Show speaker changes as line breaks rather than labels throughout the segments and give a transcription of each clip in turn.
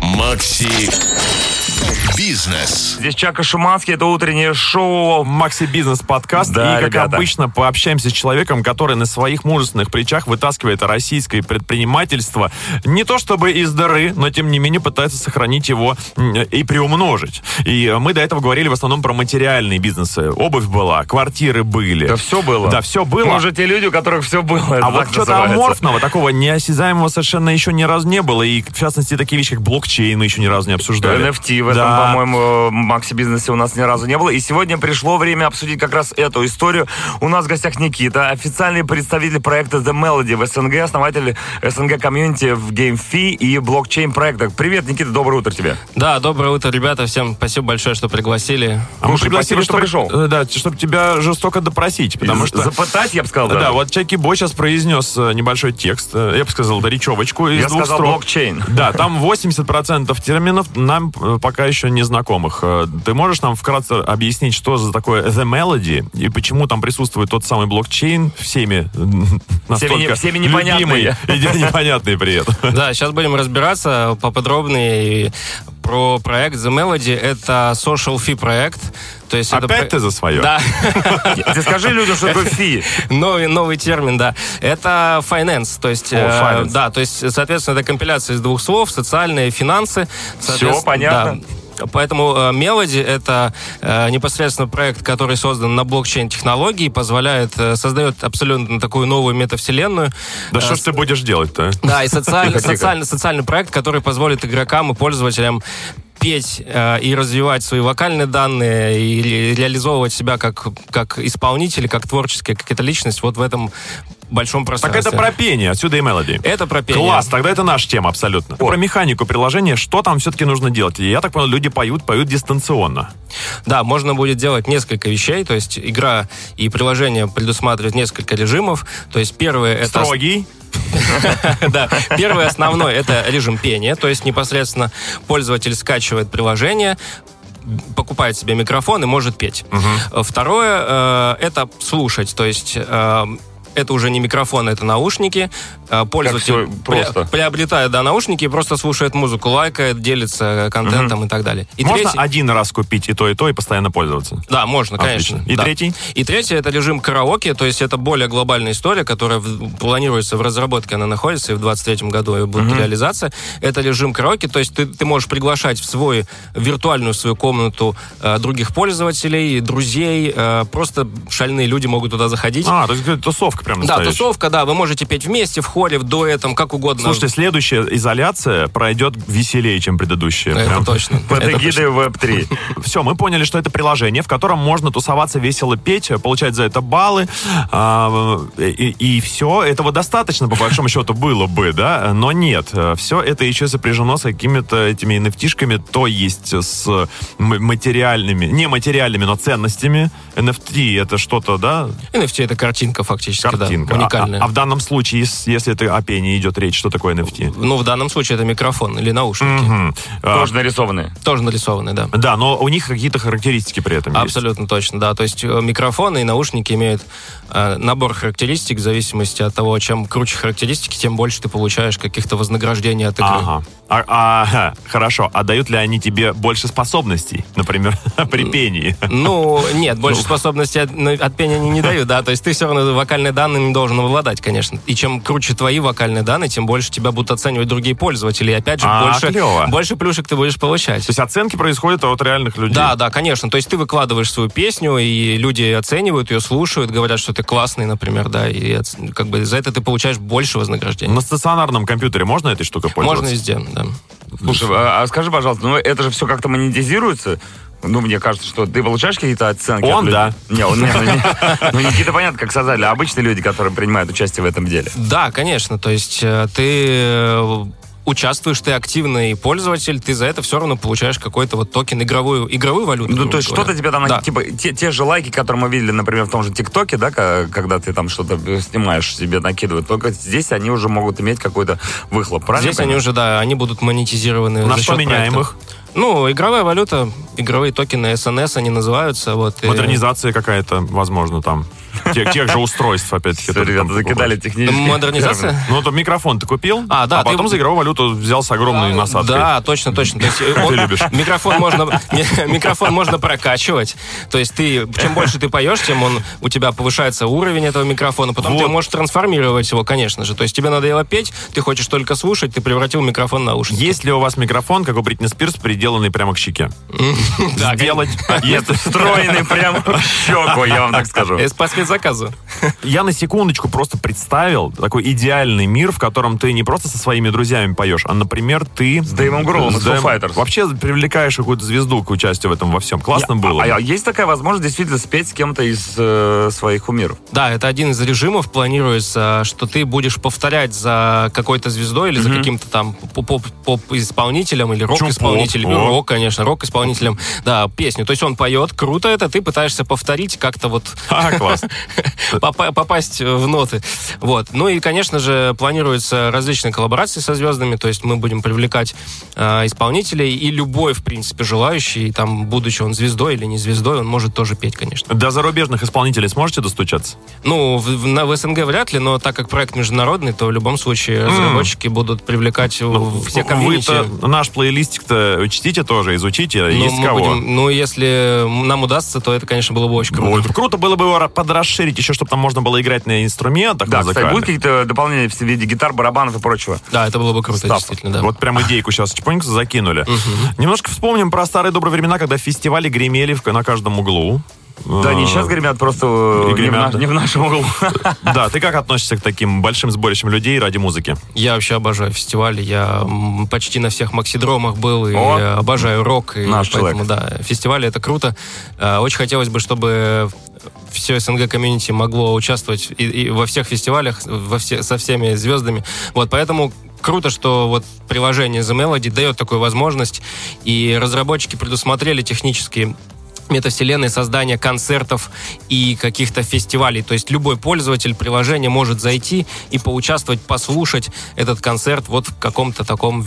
Макси Бизнес.
Здесь Чака Шуманский, это утреннее шоу.
Макси Бизнес подкаст.
Да,
и, как
ребята.
обычно, пообщаемся с человеком, который на своих мужественных плечах вытаскивает российское предпринимательство не то чтобы из дыры, но тем не менее пытается сохранить его м, и приумножить. И э, мы до этого говорили в основном про материальные бизнесы. Обувь была, квартиры были.
Да все было.
Да, все было.
Мы уже те люди, у которых все было. это
А вот
так
что-то
называется.
аморфного, такого неосязаемого совершенно еще ни разу не было. И, в частности, такие вещи, как блокчейн, мы еще ни разу не обсуждали.
NFT в этом,
Да.
по-моему, в Макси-бизнесе у нас ни разу не было. И сегодня пришло время обсудить как раз эту историю. У нас в гостях Никита, официальный представитель проекта The Melody в СНГ, основатель СНГ-комьюнити в GameFi и блокчейн-проектах. Привет, Никита, доброе утро тебе.
Да, доброе утро, ребята. Всем спибо большое, что пригласили.
А мы
Слушай,
пригласили,
спасибо, что
чтобы- э, Да, чтобы тебя жестоко допросить, потому
И
что...
Запытать, я бы сказал,
Да,
даже.
вот Чаки Бой сейчас произнес э, небольшой текст, э, я бы сказал, речевочку из
Я
двух
сказал
строк.
блокчейн.
Да, там 80% терминов нам э, пока еще незнакомых. Э, Ты можешь нам вкратце объяснить, что за такое The Melody и почему там присутствует тот самый блокчейн всеми м, настолько
не- всеми
любимый
непонятные.
и непонятный при этом?
Да, сейчас будем разбираться поподробнее и про проект The Melody. Это social fee проект. То есть это
Опять
про-
ты за свое?
Да,
Ты скажи людям, что такое фи.
новый, новый термин, да. Это finance, то есть,
О,
э,
finance.
да, то есть, соответственно, это компиляция из двух слов, социальные, финансы. Соответственно,
понятно.
да. Поэтому э, Melody — это э, непосредственно проект, который создан на блокчейн-технологии, позволяет, э, создает абсолютно такую новую метавселенную.
Да
Э,
что ж ты будешь делать-то? а?
Да, и социальный,
Тихо, тихо.
социальный, социальный проект, который позволит игрокам и пользователям петь э, и развивать свои вокальные данные и ре- реализовывать себя как, как исполнитель, как творческая какая-то личность вот в этом большом
Так
пространстве.
это про пение, отсюда и мелоди.
Это про пение.
Класс, тогда это наша тема абсолютно. Про механику приложения, что там все-таки нужно делать? Я так понял, люди поют, поют дистанционно.
Да, можно будет делать несколько вещей, то есть игра и приложение предусматривают несколько режимов, то есть первое это...
Строгий.
Да, первый основной это режим пения, то есть непосредственно пользователь скачивает приложение, покупает себе микрофон и может петь. Второе э, это слушать, то есть э, это уже не микрофон, это наушники. Э, Пользователь
всё просто.
пре- приобретает да, наушники и просто слушает музыку, лайкает, делится контентом и так далее. И
Можно
третий-
один раз купить и то, и то, и постоянно пользоваться?
да, можно,
Отлично.
конечно.
И
да.
третий?
И третий это режим караоке, то есть это более глобальная история, которая в- планируется в разработке, она находится, и в 23-м году ее будет реализация. Это режим караоке, то есть ты, ты можешь приглашать в свою виртуальную свою комнату э, других пользователей, друзей, э, просто шальные люди могут туда заходить.
А, то есть это тусовка прям
да,
настоящая.
тусовка, да, вы можете петь вместе, в хоре, в дуэтом, как угодно.
Слушайте, следующая изоляция пройдет веселее, чем предыдущая.
это
Прям.
точно.
Под
Это
эгидой Web3.
Все, мы поняли, что это приложение, в котором можно тусоваться, весело петь, получать за это баллы. А, и, все, этого достаточно, по большому счету, было бы, да? Но нет, все это еще сопряжено с какими-то этими nft то есть с м- материальными, не материальными, но ценностями. NFT — это что-то, да,
NFT это картинка фактически,
картинка.
да,
А-
уникальная.
А, а в данном случае, ес- если это о пении идет речь, что такое NFT?
Ну, в данном случае это микрофон или наушники.
Мгм. А,
Тоже нарисованные.
Тоже нарисованные, да.
да, но у них какие-то характеристики при этом есть.
Абсолютно точно, да. То есть э, микрофоны и наушники имеют э, набор характеристик в зависимости от того, чем круче характеристики, тем больше ты получаешь каких-то вознаграждений от игры.
Ага. А- а, ха, хорошо. А дают ли они тебе больше способностей, например,
Э.
при пении?
Ну, нет, больше способностей от, ну, от пения они не дают, да. То есть ты все равно вокальные данные не должен обладать, конечно. И чем круче твои вокальные данные, тем больше тебя будут оценивать другие пользователи. И опять же,
А,
больше,
клево.
больше плюшек ты будешь получать.
То есть оценки происходят от реальных людей.
Да, да, конечно. То есть ты выкладываешь свою песню, и люди оценивают ее, слушают, говорят, что ты классный, например, да, и оц- как бы за это ты получаешь больше вознаграждения.
На стационарном компьютере можно этой штукой пользоваться?
Можно везде, да.
Слушай, а, а скажи, пожалуйста, ну это же все как-то монетизируется? Ну, мне кажется, что ты получаешь какие-то оценки?
Он,
от людей?
да.
Не, он, не, ну, не. ну, Никита, понятно, как создали, а обычные люди, которые принимают участие в этом деле.
Да, конечно. То есть э, ты э, участвуешь, ты активный пользователь, ты за это все равно получаешь какой-то вот токен, игровую, игровую валюту.
Ну,
грубо
то есть
говоря.
что-то тебе там,
Да.
типа, те, те же лайки, которые мы видели, например, в том же ТикТоке, да, ка- когда ты там что-то снимаешь, тебе накидывают, только здесь они уже могут иметь какой-то выхлоп, правильно?
Здесь они уже, да, они будут монетизированы.
На
за
что
счет
меняем
проекта. Ну, игровая валюта, игровые токены СНС, они называются. Вот, и-
Модернизация какая-то, возможно, там. тех, тех же устройств, опять-таки.
Все,
которые там
ребята, закидали
покупаешь.
технически.
э, Модернизация?
Ну, то микрофон ты купил,
А, да,
а
ты-
потом за игровую валюту взял с огромной насадкой.
А, Да, точно, точно. То есть, э, он-
любишь.
Микрофон можно, не, микрофон можно прокачивать. То есть ты, чем больше ты поешь, тем он у тебя повышается уровень этого микрофона. Потом ты
Вот.
можешь трансформировать его, конечно же. То есть тебе надоело петь, ты хочешь только слушать, ты превратил микрофон в наушники.
Есть ли у вас микрофон, как у Бритни Спирс, приделанный прямо к щеке?
Да,
Сделать.
Нет, встроенный прямо в щеку, я вам так скажу.
э, По спецзаказу.
Я на секундочку просто представил такой идеальный мир, в котором ты не просто со своими друзьями поешь, а, например, ты... С
Дэйвом Гроулом из Foo
Дэйвом-
Fighters.
Вообще привлекаешь какую-то звезду к участию в этом во всем. Классно
Не,
было.
А, а есть такая возможность действительно спеть с кем-то из э, своих кумиров?
Да, это один из режимов. Планируется, что ты будешь повторять за какой-то звездой или за каким-то там поп- поп- поп-исполнителем или
Чё
рок-исполнителем.
поп?
Ну,
О.
Рок, конечно, рок-исполнителем. Да, песню. То есть он поет, круто это, ты пытаешься повторить как-то вот
А, класс.
попа- попасть в ноты. Вот. Ну и, конечно же, планируются различные коллаборации со звездами, то есть мы будем привлекать э, исполнителей, и любой, в принципе, желающий, там, будучи он звездой или не звездой, он может тоже петь, конечно.
До зарубежных исполнителей сможете достучаться?
Ну, в, в- на, в СНГ вряд ли, но так как проект международный, то в любом случае разработчики будут привлекать э,
Ну,
все комьюнити.
Вы-то наш плейлистик-то чтите тоже, изучите,
Ну,
есть
мы
кого.
будем- ну, если нам удастся, то это, конечно, было бы очень круто.
Вот. Круто было бы его ра- подрасширить еще, чтобы там можно было играть на инструментах
Да, кстати, будут
музыкальных.
какие-то дополнения в виде гитар, барабанов и прочего?
Да, это было бы круто,
Став.
действительно, да.
Вот прям идейку сейчас чпоньку закинули. Немножко вспомним про старые добрые времена, когда фестивали гремели в- на каждом углу.
Да, не
Э,
А,
сейчас гремят, просто э,
И
не в
гремят,
наш-
да.
не в нашем углу.
Да, ты как относишься к таким большим сборищам людей ради музыки?
Я вообще обожаю фестивали. Я м, почти на всех максидромах был и
О!
э, обожаю рок. И
Наш
поэтому, да, фестивали это круто. Э, Очень хотелось бы, чтобы все СНГ комьюнити могло участвовать и, и во всех фестивалях во все, со всеми звездами. Вот поэтому круто, что вот приложение The Melody дает такую возможность, и разработчики предусмотрели технические метавселенной создания концертов и каких-то фестивалей. То есть любой пользователь приложения может зайти и поучаствовать, послушать этот концерт вот в каком-то таком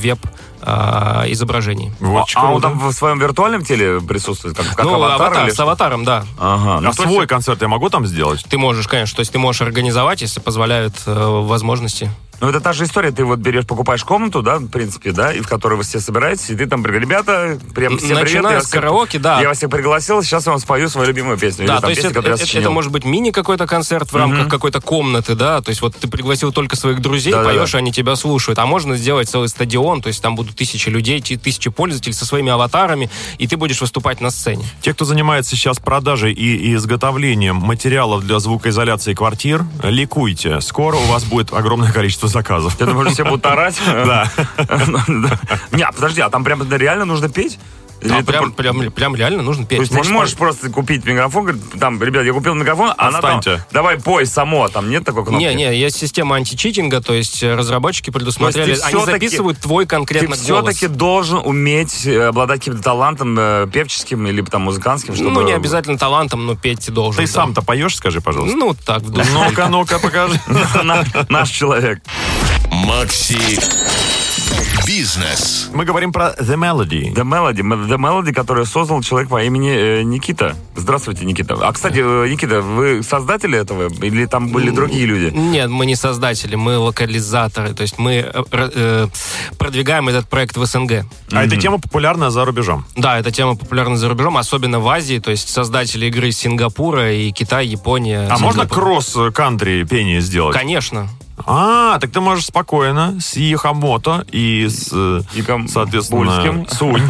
а, веб-изображении.
Вот чё
А он
круто.
там в своем виртуальном теле присутствует, как как
ну,
аватар
аватар,
или
с
что?
аватаром, да.
Ага, ну
А
то
свой
есть-
концерт я могу там сделать?
Ты можешь, конечно, то есть ты можешь организовать, если позволяют э, возможности.
Ну, это та же история. Ты вот берешь, покупаешь комнату, да, в принципе, да, и в которой вы все собираетесь, и ты там, ребята, прям всем привет.
Начиная
я
с
вас-
караоке, да.
Я вас всех пригласил, сейчас я вам спою свою любимую песню.
Да,
или
то
там
есть
песню,
это,
которую я
это-
сочинил.
это может быть мини какой-то концерт в рамках какой-то комнаты, да, то есть вот ты пригласил только своих друзей,
Да-да-да.
поешь, и они тебя слушают, а можно сделать целый стадион, то есть там будут тысячи людей, ти- тысячи пользователей со своими аватарами, и ты будешь выступать на сцене.
Те, кто занимается сейчас продажей и, и изготовлением материалов для звукоизоляции квартир, ликуйте. Скоро у вас будет огромное количество заказов.
Я думаю, что все будут орать.
Да.
Не, подожди, а там прям реально нужно петь? Или
Да,
это
прям,
про-
прям, прям реально нужно петь.
То есть ты не можешь просто купить микрофон, говорит, там, ребят, я купил микрофон, а она там,
Отстаньте.
давай пой само, а там нет такой кнопки?
Не, не, есть система античитинга, то есть э, разработчики предусмотрели, они
всё-таки-
записывают твой
Ты
конкретно голос.
все-таки должен уметь э, обладать каким-то талантом э, певческим или там музыкантским, чтобы...
Ну, не обязательно талантом, но петь ты должен.
Ты
да.
сам-то поешь, скажи, пожалуйста.
Ну, так, в душе.
Ну-ка, ну-ка, покажи.
На- Наш человек.
Макси бизнес.
Мы говорим про The Melody.
The Melody, м- The Melody, который создал человек по имени э, Никита. Здравствуйте, Никита. А, кстати, э, Никита, вы создатели этого? Или там были
Ну,
другие люди?
Нет, мы не создатели, мы локализаторы. То есть мы э, р- э, продвигаем этот проект в СНГ.
А эта тема популярна за рубежом.
Да, эта тема популярна за рубежом, особенно в Азии. То есть создатели игры из Сингапура и Китай, Япония.
А можно
Сингапур.
кросс-кантри пение сделать?
Конечно.
А, так ты можешь спокойно с Яхамото и с, э,
И ком-
соответственно,
Бульским.
Сунь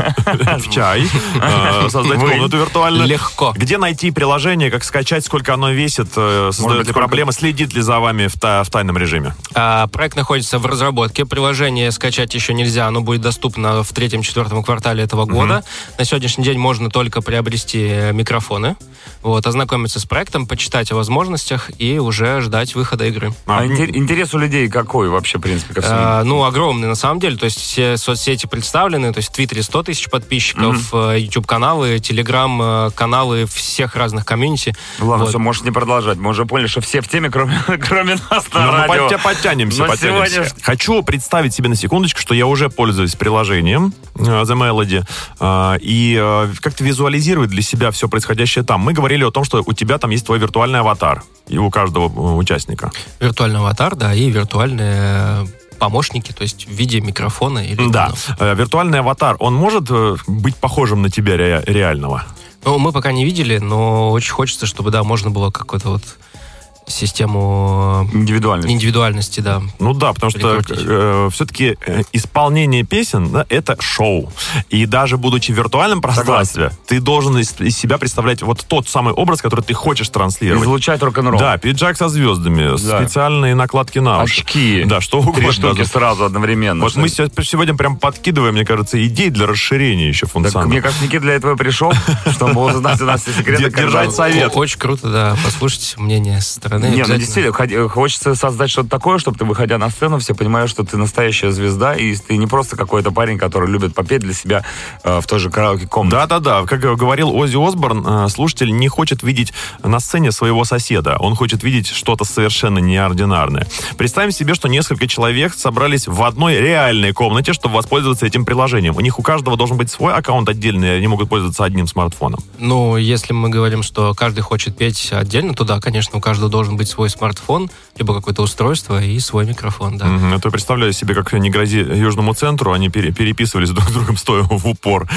в чай э, создать
Вы.
комнату виртуально.
Легко.
Где найти приложение, как скачать, сколько оно весит, э, создает
быть,
ли
сколько-
проблемы, следит ли за вами в та- в тайном режиме?
А, проект находится в разработке. Приложение скачать еще нельзя. Оно будет доступно в третьем-четвертом квартале этого года. На сегодняшний день можно только приобрести э, микрофоны, вот, ознакомиться с проектом, почитать о возможностях и уже ждать выхода игры.
А интер- интерес у людей какой вообще, в принципе, ко всему?
Э, ну, огромный, на самом деле. То есть все соцсети представлены. То есть в Твиттере 100 тысяч подписчиков, э, YouTube-каналы, Telegram-каналы всех разных комьюнити.
Ладно,
Вот.
все, можешь не продолжать. Мы уже поняли, что все в теме, кроме, кроме нас на
Ну, мы
радио.
подтя- подтянемся,
Но
подтянемся.
сегодня ж-
Хочу представить себе на секундочку, что я уже пользуюсь приложением. э, The Melody, э, и э, как-то визуализировать для себя все происходящее там. Мы говорили о том, что у тебя там есть твой виртуальный аватар, и у каждого э, участника.
Виртуальный аватар, да, и виртуальные э, помощники, то есть в виде микрофона или...
Да. Э, Виртуальный аватар, он может э, быть похожим на тебя ре- реального?
Ну, мы пока не видели, но очень хочется, чтобы, да, можно было какую-то вот систему э,
Индивидуальность.
индивидуальности, да.
Ну да, потому что
Прикрутить.
все-таки исполнение песен да, это шоу. И даже будучи в виртуальном пространстве, ты должен из, из себя представлять вот тот самый образ, который ты хочешь транслировать.
Излучать рок-н-ролл.
Да, пиджак со звездами,
Да.
специальные накладки на уши.
Очки.
Да, что угодно.
Три штуки
даже.
сразу одновременно.
Вот мы сейчас- сегодня прям подкидываем, мне кажется, идей для расширения еще
Так,
функционала.
мне кажется, Никита для этого пришел, чтобы узнать у нас все секреты.
Дер-
когда-
держать со- Совет.
О- Очень круто, да, послушать мнение со стороны.
Не, ну
обязательно.
действительно, ходи- хочется создать что-то такое, чтобы ты, выходя на сцену, все понимали, что ты настоящая звезда, и ты не просто какой-то парень, который любит попеть для себя э, в той же караоке-комнате.
Да-да-да, как говорил Оззи Осборн, э, слушатель не хочет видеть на сцене своего соседа, он хочет видеть что-то совершенно неординарное. Представим себе, что несколько человек собрались в одной реальной комнате, чтобы воспользоваться этим приложением. У них у каждого должен быть свой аккаунт отдельный, и они могут пользоваться одним смартфоном.
Ну, если мы говорим, что каждый хочет петь отдельно, то да, конечно, у каждого должен быть свой смартфон, либо какое-то устройство и свой микрофон, да.
Мгм, Это я представляю себе, как не грози Южному центру, они пере- переписывались друг с другом стоя в упор.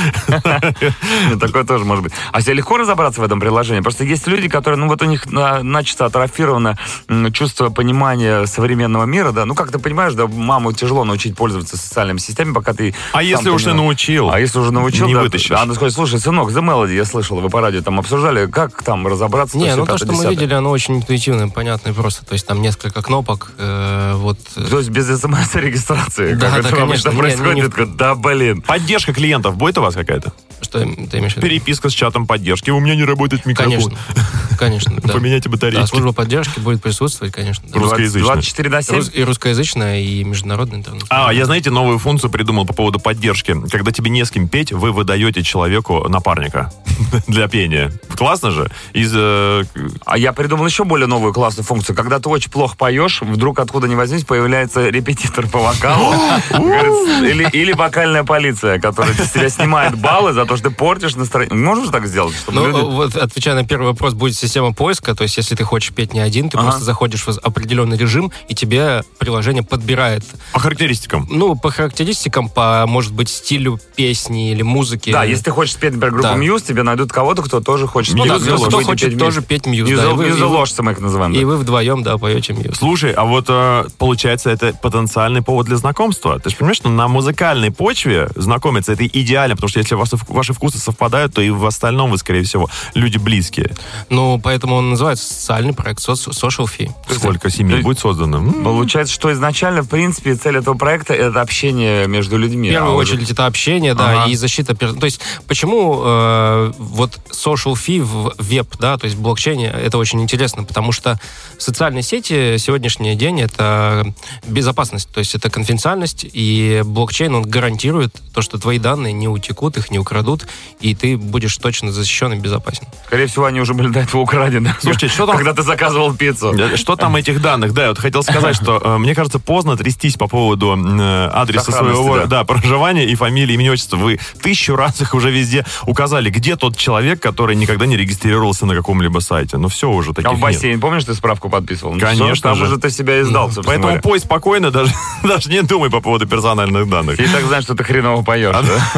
Ну, Такое тоже может быть. А себе легко разобраться в этом приложении? Просто есть люди, которые, ну вот у них на- начисто атрофировано м, чувство понимания современного мира, да. Ну как ты понимаешь, да, маму тяжело научить пользоваться социальными сетями, пока ты...
А
сам
если уж ты
понимаешь.
научил?
А если уже научил,
Не
да,
вытащишь.
Она скажет, слушай, сынок, The Melody, я слышал, вы по радио там обсуждали, как там разобраться?
Не,
всё
ну то,
пятое,
что мы
десятое?»
видели, оно очень интуитивное, понятное просто. То есть там несколько кнопок, э, вот... э,
То есть без смс-регистрации,
Да,
как
да,
это
конечно.
обычно
Не, ну, не-
происходит, такой, да, блин.
Поддержка клиентов будет у вас какая-то?
Что ты имеешь в виду?
Переписка с чатом поддержки. У меня не работает микрофон.
Конечно, конечно, да.
Поменяйте батарейки.
Да, служба поддержки будет присутствовать, конечно. да.
Русскоязычная.
24 на 7.
Рус- И русскоязычная, и международная интернет.
А, я, знаете, новую функцию придумал по поводу поддержки. Когда тебе не с кем петь, вы выдаете человеку напарника для пения. Классно же? Из, э,
А я придумал еще более новую классную функцию. Когда ты очень плохо поешь, вдруг откуда ни возьмись, появляется репетитор по вокалу. Говорит, Или, или вокальная полиция, которая с тебя снимает баллы за то, что ты портишь настроение. Можешь так сделать? Чтобы
Ну,
люди-
э, вот, отвечая на первый вопрос, будет система поиска. То есть, если ты хочешь петь не один, ты
Ага.
просто заходишь в определенный режим, и тебе приложение подбирает,
по характеристикам.
ну, по характеристикам, по, может быть, стилю песни или музыки.
Да, если ты хочешь спеть, например, группу
э, Да.
Мьюз, тебе найдут кого-то, кто тоже хочет
Ну
петь.
да,
Мьюз,
кто
будете
хочет
петь
тоже
Мьюз.
петь Мьюз,
Мьюз-
да, и вы-
Мьюзоложцы мы их называем. да.
И вы вдвоем, да, поете мьюз.
Слушай, а вот э, получается, это потенциальный повод для знакомства. Ты же понимаешь, что на музыкальной почве знакомиться это идеально, потому что если ваши, вк- ваши вкусы совпадают, то и в остальном вы, скорее всего, люди близкие.
Ну, поэтому он называется социальный проект, соц- social fee.
Сколько семей
ты-
будет создано? М.
Получается, что изначально, в принципе, цель этого проекта — это общение между людьми.
В первую
А вот-
очередь это общение, да,
Ага.
и защита. пер- То есть почему э, вот social fee в веб, да, то есть в блокчейне, это очень интересно, потому что социальные сети сегодняшний день это безопасность, то есть это конфиденциальность, и блокчейн он гарантирует то, что твои данные не утекут, их не украдут, и ты будешь точно защищен и безопасен.
Скорее всего, они уже были до этого украдены.
Слушайте, что там-
Когда ты заказывал пиццу.
Э, Что там этих данных? Да, я вот хотел сказать, что э, мне кажется, поздно трястись по поводу м, э, адреса
Сохранности,
своего
да.
да, проживания и фамилии, имени, отчества. Вы тысячу раз их уже везде указали. Где тот человек, который никогда не регистрировался на каком-либо сайте? Ну все уже, таких
А в
нет.
бассейн, помнишь, ты справку подписывал? Ну,
Конечно
всё, Там
же.
уже ты себя издал, собственно
Поэтому
говоря.
пой спокойно, даже, даже не думай по поводу персональных данных.
Ты и так знаешь, что ты хреново поешь.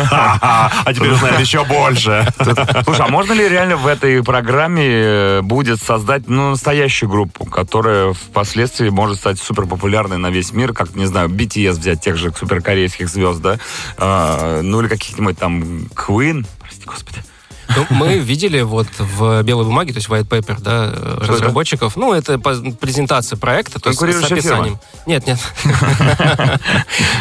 да?
А теперь узнает еще больше.
Слушай, а можно ли реально в этой программе э, будет создать ну, настоящую группу, которая впоследствии может стать супер популярной на весь мир, как, не знаю, BTS взять тех же суперкорейских звезд, да? А, ну или каких-нибудь там Queen, прости господи.
Ну, мы видели вот в белой бумаге, то есть white paper, да,
это?
разработчиков. Ну, это по- презентация проекта, то есть с
Конкурирующая
описанием. Нет, нет.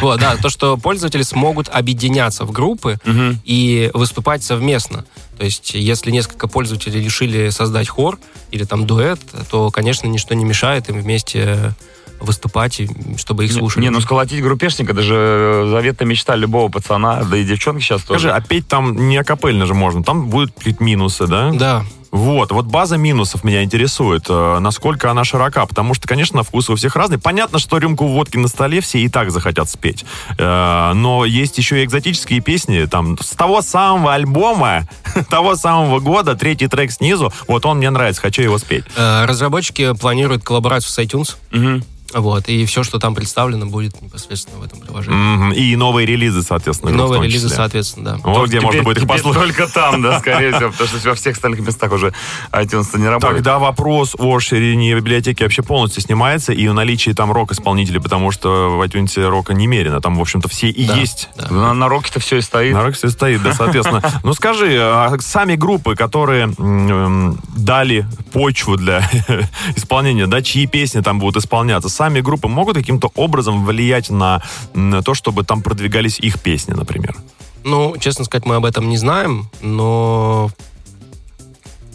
Вот, да, то, что пользователи смогут объединяться в группы и выступать совместно. То есть, если несколько пользователей решили создать хор или там дуэт, то, конечно, ничто не мешает им вместе выступать, и чтобы их слушали.
Не, ну сколотить группешника, даже э, заветная мечта любого пацана, да и девчонки сейчас тоже.
Скажи, а петь там не акапельно же можно. Там будут какие-то минусы, да?
Да.
Вот, вот база минусов меня интересует, э, насколько она широка, потому что, конечно, вкус у всех разный. Понятно, что рюмку водки на столе все и так захотят спеть, Э, но есть еще и экзотические песни, там, с того самого альбома, того самого года, третий трек снизу, вот он мне нравится, хочу его спеть.
Э, Разработчики планируют коллаборацию с iTunes. Вот, и все, что там представлено, будет непосредственно в этом приложении.
Мгм, И новые релизы, соответственно.
И
в
новые
том
релизы,
числе.
соответственно, да.
Вот где можно
Теперь-
будет их
теперь
послушать.
Только там, да, скорее всего, потому что во всех остальных местах уже iTunes не работает.
Тогда вопрос о ширине библиотеки вообще полностью снимается и о наличии там рок-исполнителей, потому что в iTunes рока немерено. Там, в общем-то, все и есть.
да.
Ну, На, на роке-то все и стоит.
На рок все стоит, да, соответственно. Ну скажи, а сами группы, которые м, м, дали почву для исполнения, да, чьи песни там будут исполняться, сами группы могут каким-то образом влиять на, на то, чтобы там продвигались их песни, например?
Ну, честно сказать, мы об этом не знаем, но...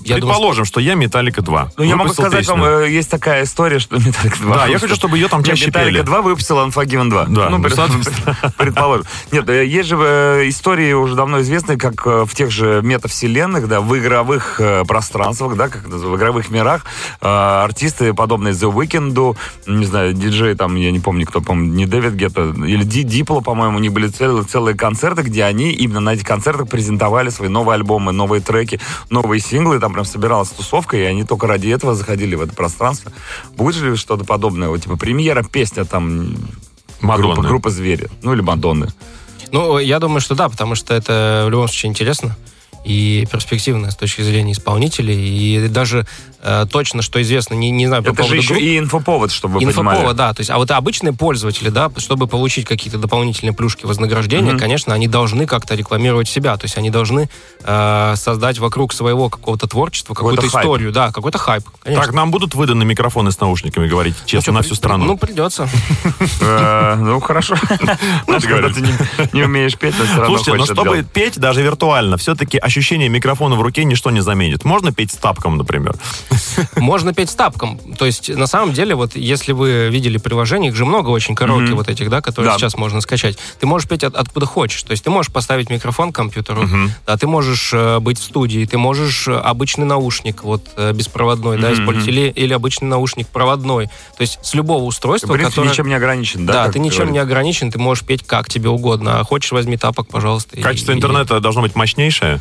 Я думаю, что-
Предположим, что я Металлика 2.
Ну, я могу
Выпустил
сказать
песню.
вам, э, есть такая история, что Металлика 2...
Да, я
выпустила-
хочу, чтобы ее там
Нет,
чаще
Metallica
пели.
2 выпустила Unforgiven 2.
Да, ну,
пред-
соответственно.
предположим. Нет, э, есть же э, истории уже давно известные, как э, в тех же метавселенных, да, в игровых э, пространствах, да, как это называется, в игровых мирах э, артисты, подобные The Weeknd, не знаю, диджей там, я не помню, кто, по-моему, не Дэвид Гетто, или Ди Дипло, по-моему, у них были целые, целые концерты, где они именно на этих концертах презентовали свои новые альбомы, новые треки, новые синглы, там прям собиралась тусовка, и они только ради этого заходили в это пространство. Будет ли что-то подобное, вот, типа премьера, песня там,
Мадонны.
Группа, группа «Звери». Ну, или «Мадонны».
Ну, я думаю, что да, потому что это в любом случае интересно и перспективно с точки зрения исполнителей. И даже э, точно, что известно, не, не знаю, по
Это же
поводу
еще
групп.
и инфоповод, чтобы вы
Инфоповод,
понимали.
да. То есть, а вот обычные пользователи, да, чтобы получить какие-то дополнительные плюшки вознаграждения, конечно, они должны как-то рекламировать себя. То есть они должны э, создать вокруг своего какого-то творчества,
Какой-то
какую-то
хайп.
историю, да, какой-то хайп. Конечно.
Так, нам будут выданы микрофоны с наушниками говорить,
Ну,
честно,
чё,
на
при-
всю страну.
Ну, придется.
Э, Ну, хорошо. Знаешь, когда
говоришь.
ты не не умеешь петь, но все равно
Слушайте, но
хочешь это
чтобы
делать.
петь даже виртуально, все-таки ощущение микрофона в руке ничто не заменит. Можно петь с тапком, например?
Можно петь с тапком. То есть, на самом деле, вот если вы видели приложение, их же много очень караоке вот этих, да, которые
Да.
сейчас можно скачать. Ты можешь петь от- откуда хочешь. То есть ты можешь поставить микрофон к компьютеру, да, ты можешь э, быть в студии, ты можешь э, обычный наушник, вот э, беспроводной, да, использовать, или, или обычный наушник проводной. То есть с любого
В
устройства,
принципе,
которое-
ничем не ограничен, да?
Да,
как
ты ничем не
говорится?
ограничен, ты можешь петь как тебе угодно. А хочешь, возьми тапок, пожалуйста. и-
Качество
и-
интернета должно быть мощнейшее.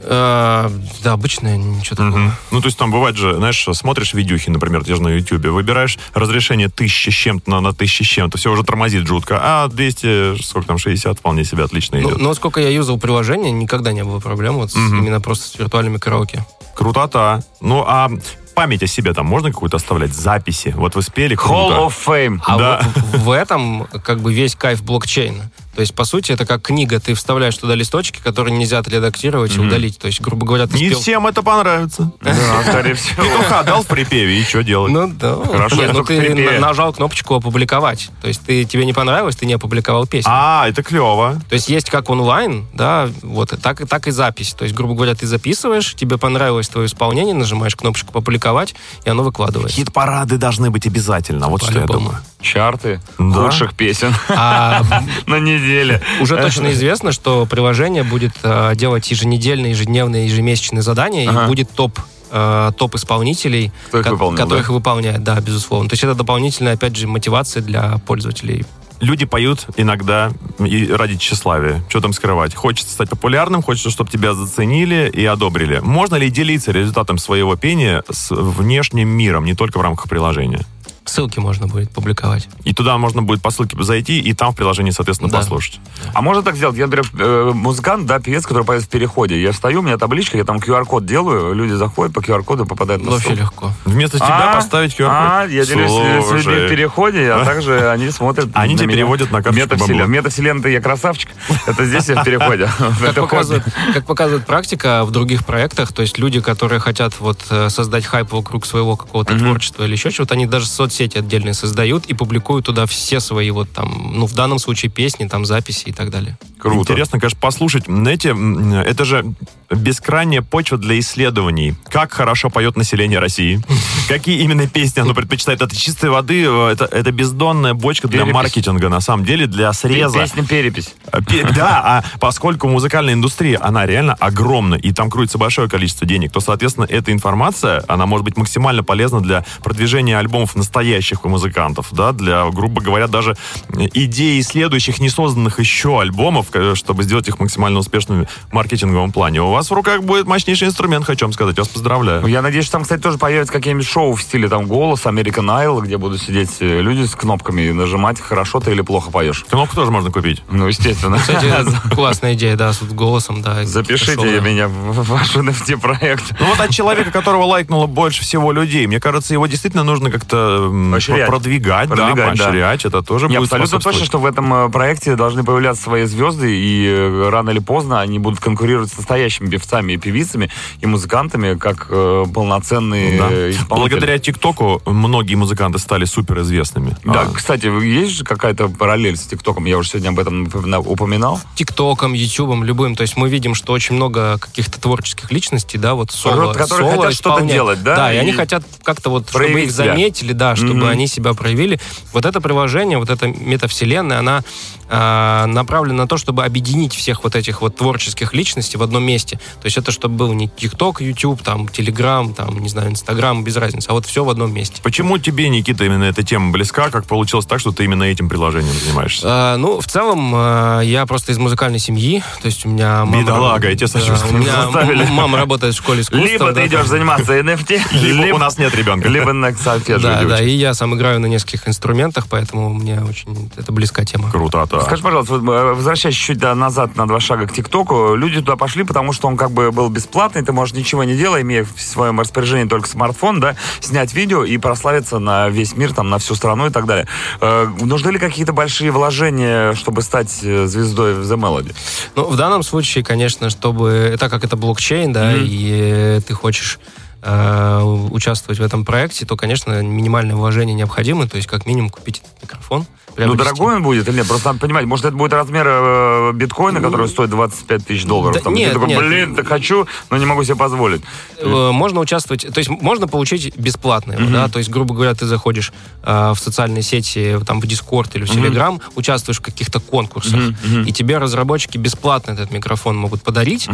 Э, да, обычное, ничего такого.
Ну, то есть там бывает же, знаешь, смотришь видюхи, например, те же на Ютьюбе, выбираешь разрешение тысячи с чем-то на, на тысячи с чем-то, все уже тормозит жутко, а 200, сколько там, 60 вполне себе отлично
Ну,
идет.
но сколько я юзал приложение, никогда не было проблем вот с- именно просто с виртуальными караоке.
Крутота. Ну, а память о себе там можно какую-то оставлять? Записи? Вот вы спели круто.
Hall of Fame.
А
Да.
вот в этом как бы весь кайф блокчейна. То есть, по сути, это как книга. Ты вставляешь туда листочки, которые нельзя отредактировать и удалить. То есть, грубо говоря, ты
Не
спел-
всем это понравится.
Да, скорее всего.
Петуха дал в припеве, и что делать?
Ну да.
Хорошо,
Нет,
я
ну
только
ты
припею.
на- нажал кнопочку опубликовать. То есть ты тебе не понравилось, ты не опубликовал песню.
А, это клево.
То есть есть как онлайн, да, вот, и так, и- так и запись. То есть, грубо говоря, ты записываешь, тебе понравилось твое исполнение, нажимаешь кнопочку «Опубликовать», и оно выкладывается.
Хит-парады должны быть обязательно, вот что я
По-любому.
думаю.
Чарты
Да.
лучших песен
А
на неделе.
Уже точно известно, что приложение будет э, делать еженедельные, ежедневные, ежемесячные задания,
Ага.
и будет топ э, топ исполнителей,
Кто их выполнил,
которых
да?
выполняет, да, безусловно. То есть это дополнительная, опять же, мотивация для пользователей.
Люди поют иногда и ради тщеславия. Что там скрывать? Хочется стать популярным, хочется, чтобы тебя заценили и одобрили. Можно ли делиться результатом своего пения с внешним миром, не только в рамках приложения?
Ссылки можно будет публиковать.
И туда можно будет по ссылке зайти, и там в приложении, соответственно,
Да.
послушать.
А можно так сделать? Я, например, э, музыкант, да, певец, который поет в переходе. Я встаю, у меня табличка, я там QR-код делаю, люди заходят по QR-коду, попадают на
Вообще
ссылку.
легко.
Вместо тебя
А,
поставить QR-код.
А, я делюсь с
Слушай.
людьми в переходе, а также они смотрят.
Они
на
тебя
меня.
переводят на карточку
Метавселен-
бабла.
Метавселенная, я красавчик. Это здесь я в переходе.
Как показывает, как показывает практика в других проектах, то есть люди, которые хотят вот э, создать хайп вокруг своего какого-то творчества или еще чего-то, они даже соцсети отдельные создают и публикуют туда все свои вот там, ну в данном случае песни, там записи и так далее.
Круто.
Интересно, конечно, послушать. Знаете, м, это же бескрайняя почва для исследований. Как хорошо поет население России. Какие именно песни оно предпочитает. Это чистой воды, э, это, это бездонная бочка для
Перепись.
маркетинга, на самом деле, для среза.
Песня перепись.
Э, пе- Да, а поскольку музыкальная индустрия, она реально огромна, и там крутится большое количество денег, то, соответственно, эта информация, она может быть максимально полезна для продвижения альбомов настоящих музыкантов, да, для, грубо говоря, даже идеи следующих несозданных еще альбомов, к- чтобы сделать их максимально успешными в маркетинговом плане. У вас в руках будет мощнейший инструмент, хочу вам сказать. Вас поздравляю.
Ну, Я надеюсь, что там, кстати, тоже появится какие-нибудь шоу в стиле там «Голос», «American Idol», где будут сидеть э, люди с кнопками и нажимать, хорошо ты или плохо поешь.
Кнопку тоже можно купить.
Ну, естественно.
Кстати, классная идея, да, с вот голосом, да. Шоу,
Запишите
да.
меня в ваш NFT-проект.
Ну вот от человека, которого лайкнуло больше всего людей, мне кажется, его действительно нужно как-то м,
Поощрять.
продвигать,
Продвигать, да.
да, поощрять. Это тоже
Я
будет
абсолютно
способствовать.
точно, что в этом э, проекте должны появляться свои звезды, и э, рано или поздно они будут конкурировать с настоящими певцами и певицами, и музыкантами, как э, полноценные
Ну Да.
э, исполнители.
Благодаря ТикТоку многие музыканты стали суперизвестными.
Да,
А,
кстати, есть же какая-то параллель с ТикТоком? Я уже сегодня об этом напомина- упоминал.
ТикТоком, Ютубом, любым. То есть мы видим, что очень много каких-то творческих личностей, да, вот соло,
Которые
соло
хотят что-то
исполняют.
делать, да,
Да, и,
и
они хотят как-то вот, чтобы
проявить
их
себя.
заметили, да, чтобы
Мгм.
они себя проявили. Вот это приложение, вот эта метавселенная, она а, направлена на то, чтобы объединить всех вот этих вот творческих личностей в одном месте. То есть это чтобы был не ТикТок, Ютуб, там, Телеграм, там, не знаю, Инстаграм, без разницы, а вот все в одном месте.
Почему тебе, Никита, именно эта тема близка? Как получилось так, что ты именно этим приложением занимаешься?
А, ну, в целом, а, я просто из музыкальной семьи, то есть у меня мама...
Бедолага, я тебя
Да,
сочувствую.
у меня
Заставили.
м- мама работает в школе искусств.
Либо
да,
ты идешь заниматься NFT,
Либо у нас нет ребенка.
либо на
там.
ксафеджи
Да, да, и я сам играю на нескольких инструментах, поэтому мне очень это близка тема.
Круто, а то.
Типа.
Скажи, пожалуйста, вот, э, возвращаясь чуть да, назад на два шага к ТикТоку, люди туда пошли, потому что он как бы был бесплатный, ты можешь ничего не делая, имея в своем распоряжении только смартфон, да, снять видео и прославиться на весь мир, там, на всю страну и так далее. Э, нужны ли какие-то большие вложения, чтобы стать э, звездой в The Melody?
Ну, в данном случае, конечно, чтобы... Так как это блокчейн, да,
Мгм.
и э, ты хочешь э, участвовать в этом проекте, то, конечно, минимальное вложение необходимо, то есть как минимум купить этот микрофон.
ну,
приобрести.
дорогой он будет или нет? Просто надо понимать, может, это будет размер э, биткоина, который стоит 25 тысяч долларов.
Ну, да
там, и ты
нет,
такой,
нет.
блин, так хочу, но не могу себе позволить.
Э, можно участвовать, то есть можно получить бесплатно, его, да, то есть, грубо говоря, ты заходишь э, в социальные сети, там, в Дискорд или в Телеграм, участвуешь в каких-то конкурсах, и тебе разработчики бесплатно этот микрофон могут подарить,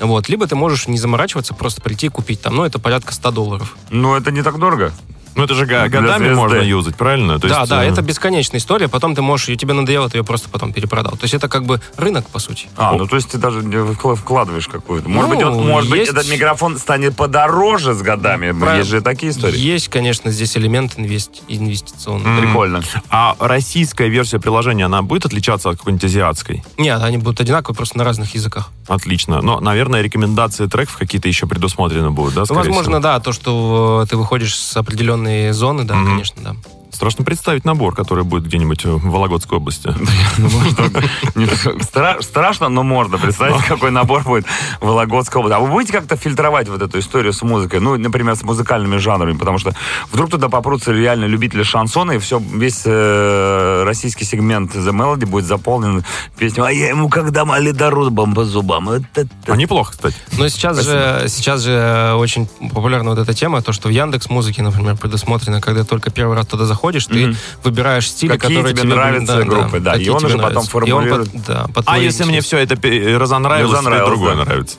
вот, либо ты можешь не заморачиваться, просто прийти и купить там, ну, это порядка 100 долларов.
Ну, это не так дорого.
Ну это же
Для
га- годами
звезды.
можно юзать, правильно? То
да,
есть,
да,
э,
это бесконечная история, потом ты можешь, и тебе надоело, ты ее просто потом перепродал. То есть это как бы рынок, по сути.
А, ну то есть ты даже не вкла- вкладываешь какую-то. Может,
Ну,
быть, он- может быть,
есть- Ну,
этот микрофон станет подороже с годами.
Прав-
Есть же такие истории.
Есть, конечно, здесь элемент инвест- инвестиционный.
Прикольно.
А российская версия приложения, она будет отличаться от какой-нибудь азиатской?
Нет, они будут одинаковые, просто на разных языках.
Отлично. Но, наверное, рекомендации треков какие-то еще предусмотрены будут, да? скорее
Ну, Возможно,
всего?
да, то, что э, ты выходишь с определенной зоны, да, конечно, да.
Страшно представить набор, который будет где-нибудь э, в Вологодской области.
Ну, может, он- не- стра- Страшно, но можно. Представьте,
Ну.
какой набор будет в Вологодской области. А вы будете как-то фильтровать вот эту историю с музыкой? Ну, например, с музыкальными жанрами, потому что вдруг туда попрутся реально любители шансона, и все, весь э, российский сегмент The Melody будет заполнен песней «А я ему когда мали бомба по зубам». Вот это
А неплохо, кстати.
Но сейчас же, сейчас же очень популярна вот эта тема, то, что в Яндекс Музыке, например, предусмотрено, когда только первый раз туда заходишь, ты выбираешь стили,
Какие
которые
тебе нравятся группы, да, и
какие
он
тебе
уже потом
нравятся. И он
формулирует.
под- да, под
А
твои
если мне
интересы.
все это пе- э, разонравилось, теперь
Разонравилось,
другое
да.
нравится?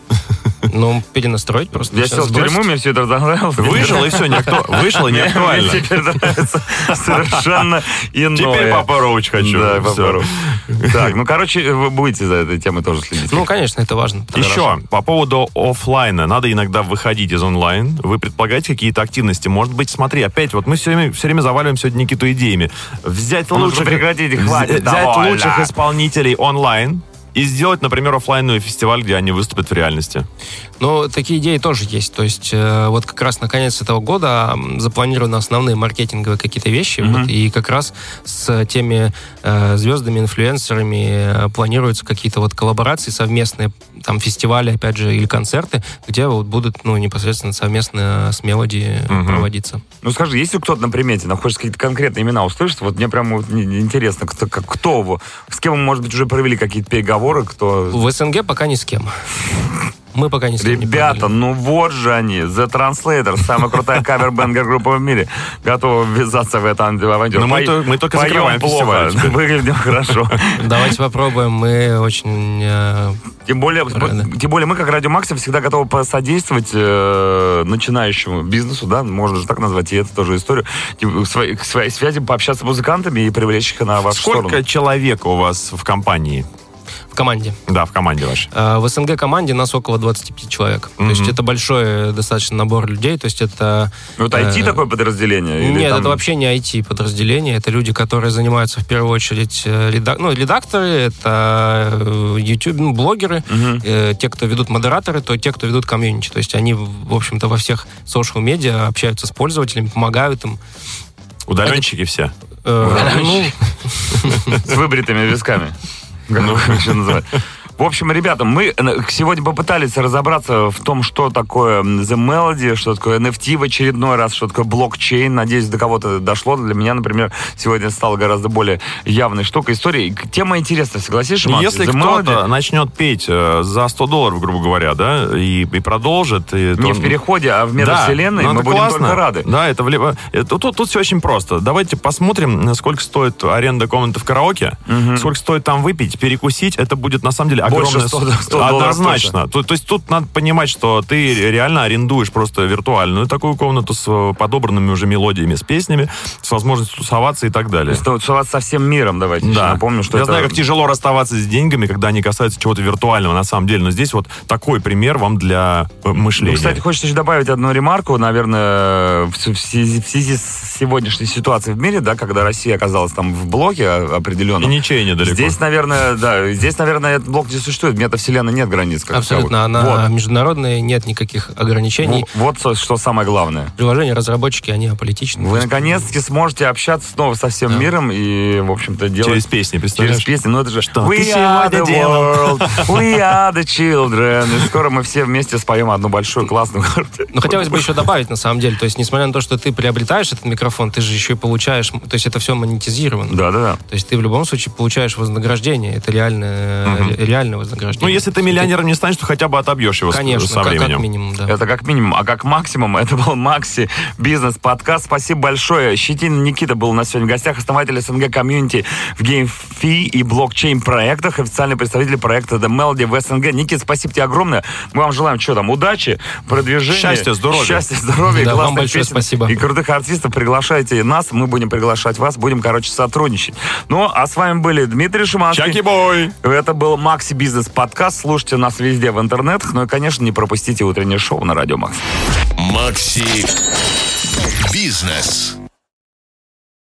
Ну, перенастроить просто.
Я
всё
сел в
сбросить.
тюрьму, мне все это разонравилось.
Вышел, и все, не акту- Вышло, и не актуально.
Мне теперь нравится совершенно иное.
Теперь Папа Роуч хочу.
Да,
Всё.
Папа Роуч. Так, ну, короче, вы будете за этой темой тоже следить.
Ну, конечно, это важно.
Еще по поводу оффлайна. Надо иногда выходить из онлайн. Вы предполагаете какие-то активности? Может быть, смотри, опять вот мы все время, все время заваливаем сегодня Никиту идеями. Взять
Ну,
лучших,
ну, прекратите,
вз-
хватит,
взять
довольно.
лучших исполнителей онлайн и сделать, например, оффлайновый фестиваль, где они выступят в реальности.
Но Ну, такие идеи тоже есть. То есть э, вот как раз на конец этого года м, запланированы основные маркетинговые какие-то вещи. вот, и как раз с теми э, звездами, инфлюенсерами э, планируются какие-то вот коллаборации совместные, там фестивали, опять же, или концерты, где вот будут ну, непосредственно совместно с Мелоди
Мгм.
проводиться.
Ну, скажи, если кто-то на примете, нам хочется какие-то конкретные имена услышать, вот мне прямо вот не- не интересно, кто, как- кто его, с кем, может быть, уже провели какие-то договоры, кто...
В СНГ пока ни с кем. Мы пока ни с кем не
Ребята,
поговорили.
ну вот же они, The Translator, самая крутая кавер-бенгер группа в мире, готова ввязаться в это анти- авантюру.
Но Ну, мы
Пой-
то- мы только
поем
закрываем
плохо,
фестиваль теперь.
выглядим хорошо.
Давайте попробуем. Мы очень... э,
Тем более,
Правильно.
тем более мы, как Радио Максим, всегда готовы посодействовать э, начинающему бизнесу, да, можно же так назвать, и это тоже историю, типа, к своей, к своей связи пообщаться с музыкантами и привлечь их на вашу
Сколько
сторону.
человек у вас в компании?
в команде.
Да, в команде вашей.
Э, В СНГ команде нас около 25 человек. То есть это большой э, достаточно набор людей. То есть это...
Ну, это IT
э,
такое подразделение? или
Нет,
там-
это вообще не IT-подразделение. Это люди, которые занимаются в первую очередь э, реда- ну, редакторы, это э, YouTube, ну, блогеры, э, те, кто ведут модераторы, то те, кто ведут комьюнити. То есть они, в общем-то, во всех социал медиа общаются с пользователями, помогают им.
Удаленщики все.
Э, ну,
С выбритыми висками. Ну, Как их еще называют. В общем, ребята, мы э, сегодня попытались разобраться в том, что такое The Melody, что такое NFT в очередной раз, что такое блокчейн. Надеюсь, до кого-то дошло. Для меня, например, сегодня стала гораздо более явной штукой истории. И Тема интересная, согласишься, Макс?
Если
The
кто-то
Melody
начнет петь э, за 100 долларов, грубо говоря, да, и, и продолжит... и
не
то-
в переходе, а в
Да,
метавселенной,
ну,
мы
это
будем
классно.
только рады.
Да, это влево. э, Тут, тут, все очень просто. Давайте посмотрим, сколько стоит аренда комнаты в караоке, сколько стоит там выпить, перекусить. Это будет на самом деле
Больше
огромное...
100 долларов точно.
Однозначно. То, то есть тут надо понимать, что ты реально арендуешь просто виртуальную такую комнату с э, подобранными уже мелодиями, с песнями, с возможностью тусоваться и так далее.
Что- что у вас со всем миром, давайте еще
Да.
напомню, что
Я
это-
знаю, как тяжело расставаться с деньгами, когда они касаются чего-то виртуального на самом деле. Но здесь вот такой пример вам для э,
Ну,
мышления.
кстати, хочется еще добавить одну ремарку, наверное, в с- в связи, в связи с сегодняшней ситуацией в мире, да, когда Россия оказалась там в блоке о-
и
определенном.
ничей недалеко.
ну, Здесь, наверное, да, здесь, наверное, этот блок не существует. Метавселенной нет границ. Как
абсолютно,
таковых.
она международная, нет никаких ограничений.
Вот, вот, со- что самое главное.
Приложения разработчики, они аполитичны.
Вы наконец-таки сможете общаться снова со всем миром и, в общем-то, делать
Через песни, представляешь?
Через песни, ну это же
Что
We
ты
are
сегодня
the
делал?
world, we are the children. И скоро мы все вместе споем одну большую классную карту.
Ну, хотелось бы еще добавить, на самом деле. То есть, несмотря на то, что ты приобретаешь этот микрофон, ты же еще и получаешь... То есть, это все монетизировано.
Да, да, да.
То есть, ты в любом случае получаешь вознаграждение. Это реальное, ре- реальное вознаграждение.
Ну, если ты миллионером не станешь, то хотя бы отобьешь его с-
Конечно,
со
как, как
временем.
минимум, да.
Это как минимум. А как максимум, это был Макси Бизнес Подкаст. Спасибо большое. Щетин Никита был у нас сегодня в гостях, основатель СНГ комьюнити в геймфи и блокчейн проектах, официальный представитель проекта The Melody в СНГ. Никит, спасибо тебе огромное. Мы вам желаем, что там, удачи, продвижения.
Счастья, здоровья.
Счастья, здоровья.
Да, вам
классных
большое
песен
спасибо.
И крутых артистов. Приглашайте нас, мы будем приглашать вас, будем, короче, сотрудничать. Ну, а с вами были Дмитрий Шиманский.
Чаки-бой!
Это был Макси Бизнес подкаст. Слушайте нас везде в интернетах. Ну и, конечно, не пропустите утреннее шоу на Радио Макс.
Макси Бизнес.